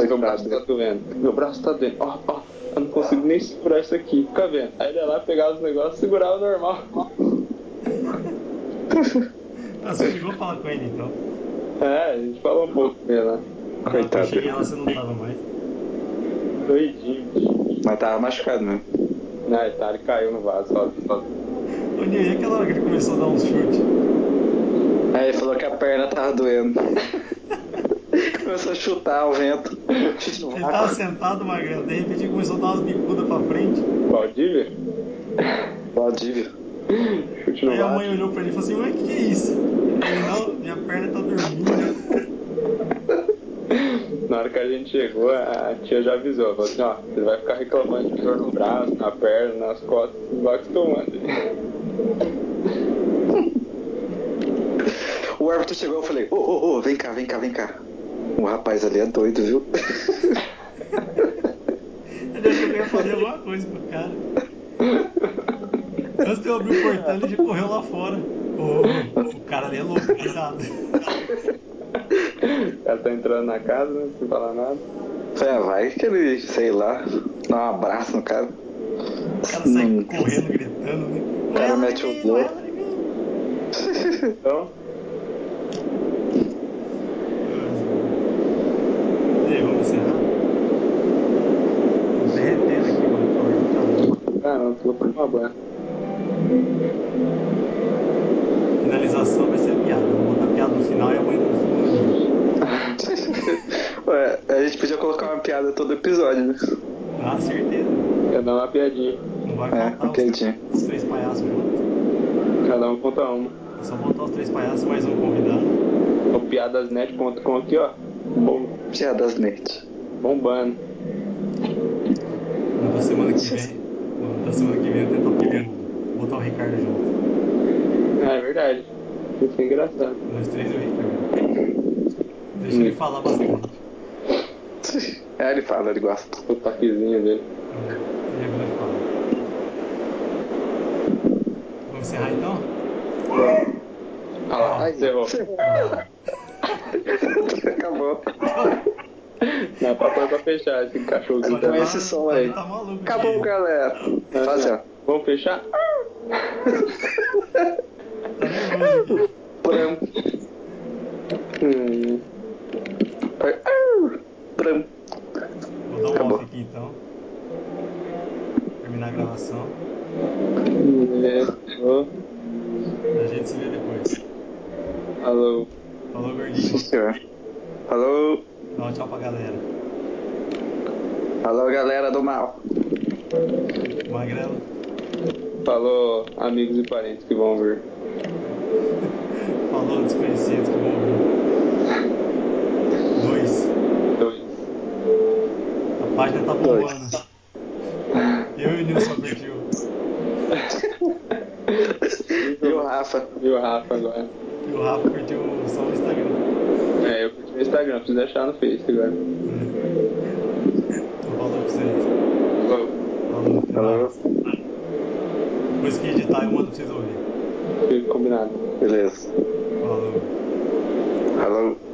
Speaker 2: Meu braço tá doendo. Meu braço tá doendo. Ó, ó, eu não consigo nem segurar isso aqui. Fica vendo. Aí ele ia lá, pegava os negócios e segurava normal.
Speaker 1: Ah, você chegou a falar com ele então?
Speaker 2: É, a gente falou um pouco com ele lá.
Speaker 1: Ah,
Speaker 3: Coitado.
Speaker 1: Eu cheguei lá, você não tava mais.
Speaker 2: Doidinho, bicho.
Speaker 3: Mas tava machucado mesmo.
Speaker 2: Não, ele tá, ele caiu no vaso, só, só
Speaker 1: Ô, Nil, e aquela hora que ele começou a dar uns chutes?
Speaker 3: Aí ele falou que a perna tava doendo. Começou a chutar o vento. Chute no
Speaker 1: Ele tava
Speaker 3: vácuo.
Speaker 1: sentado, Magrelo, de repente ele começou a dar umas bicudas pra frente.
Speaker 2: Valdívia?
Speaker 3: Valdívia.
Speaker 2: Chute no
Speaker 1: Aí a
Speaker 2: vaso.
Speaker 1: mãe olhou pra ele e falou assim, ué, que que é isso? Ele, não, minha perna tá dormindo.
Speaker 2: Na hora que a gente chegou, a a tia já avisou. Falou assim, ó, ele vai ficar reclamando de dor no braço, na perna, nas costas, vai acostumando.
Speaker 3: O árbitro chegou eu falei, ô, ô, ô, vem cá, vem cá, vem cá. O rapaz ali é doido, viu?
Speaker 1: Ele achou que ia fazer alguma coisa pro cara. Antes de eu abrir o portão, ele já correu lá fora. Ô, ô, o cara ali é louco, coitado.
Speaker 2: O cara tá entrando na casa, né, sem falar nada.
Speaker 3: Falei, ah, vai que ele, sei lá, dá um abraço no cara.
Speaker 1: O cara sai
Speaker 3: Hum.
Speaker 1: correndo, gritando, né? O
Speaker 3: cara mete o louco.
Speaker 2: Então,
Speaker 1: E aí, vamos encerrar? Tô derretendo aqui, mano. Tá bom.
Speaker 2: ah, não, tô por uma banha.
Speaker 1: Finalização vai ser piada. Vamos botar piada no final e a mãe no fundo.
Speaker 3: Ué, a gente podia colocar uma piada todo episódio, né?
Speaker 1: Ah, certeza.
Speaker 2: Cada um uma piadinha.
Speaker 1: Não vai
Speaker 3: É,
Speaker 1: faltar os-
Speaker 3: entendi.
Speaker 1: os, três palhaços juntos.
Speaker 2: Cada um conta uma.
Speaker 1: É só botar os três palhaços e mais um convidado.
Speaker 2: O piadasnet.com aqui, ó. Bom,
Speaker 3: Piadas net.
Speaker 2: bombando.
Speaker 1: Na semana que vem. Na semana que vem eu tento pôr o- botar o Ricardo junto.
Speaker 2: Ah, é verdade. Isso é engraçado.
Speaker 1: Nós três e o Ricardo. Deixa ele falar
Speaker 3: Uhum.
Speaker 1: bastante.
Speaker 3: É, ele fala, ele gosta.
Speaker 2: O toquezinho
Speaker 1: Ele
Speaker 2: dele.
Speaker 1: é vai falar. Vamos encerrar então?
Speaker 2: Ah lá, encerrou.
Speaker 3: Uhum. Acabou.
Speaker 2: Não, é pra pôr pra fechar esse cachorrozinho.
Speaker 3: Então
Speaker 1: Olha,
Speaker 3: esse
Speaker 1: tá-
Speaker 3: som aí.
Speaker 1: Tá maluco.
Speaker 3: Acabou,
Speaker 1: cara.
Speaker 3: galera.
Speaker 2: Uhum.
Speaker 3: Faz assim, ó.
Speaker 2: Vamos fechar?
Speaker 1: Tá nervoso aqui.
Speaker 3: Pram,
Speaker 2: Hum.
Speaker 3: pram, au, pram.
Speaker 1: Vou dar um
Speaker 3: Acabou.
Speaker 1: off aqui então. Terminar a gravação.
Speaker 2: Encerrou.
Speaker 1: A gente se vê depois.
Speaker 2: Alô.
Speaker 1: Falou, gordinho.
Speaker 3: Sim, senhor. Falou.
Speaker 1: Dá um tchau pra galera.
Speaker 3: Falou, galera do mal.
Speaker 1: Magrelo.
Speaker 2: Falou, amigos e parentes que vão vir.
Speaker 1: Falou, desconhecidos que vão ouvir. Dois.
Speaker 2: Dois.
Speaker 1: A página tá
Speaker 3: Dois.
Speaker 1: bombando. Eu e o Nilson curtiu.
Speaker 3: E o Rafa.
Speaker 2: E o Rafa agora.
Speaker 1: E o Rafa curtiu só o Instagram.
Speaker 2: É, eu curti no Instagram, preciso achar no Face agora.
Speaker 1: Então falou pra vocês.
Speaker 2: Falou.
Speaker 1: Falou. até
Speaker 3: Falou.
Speaker 1: mais. Depois que editar eu mando pra vocês ouvir.
Speaker 2: Combinado.
Speaker 3: Beleza.
Speaker 1: Falou.
Speaker 3: Falou.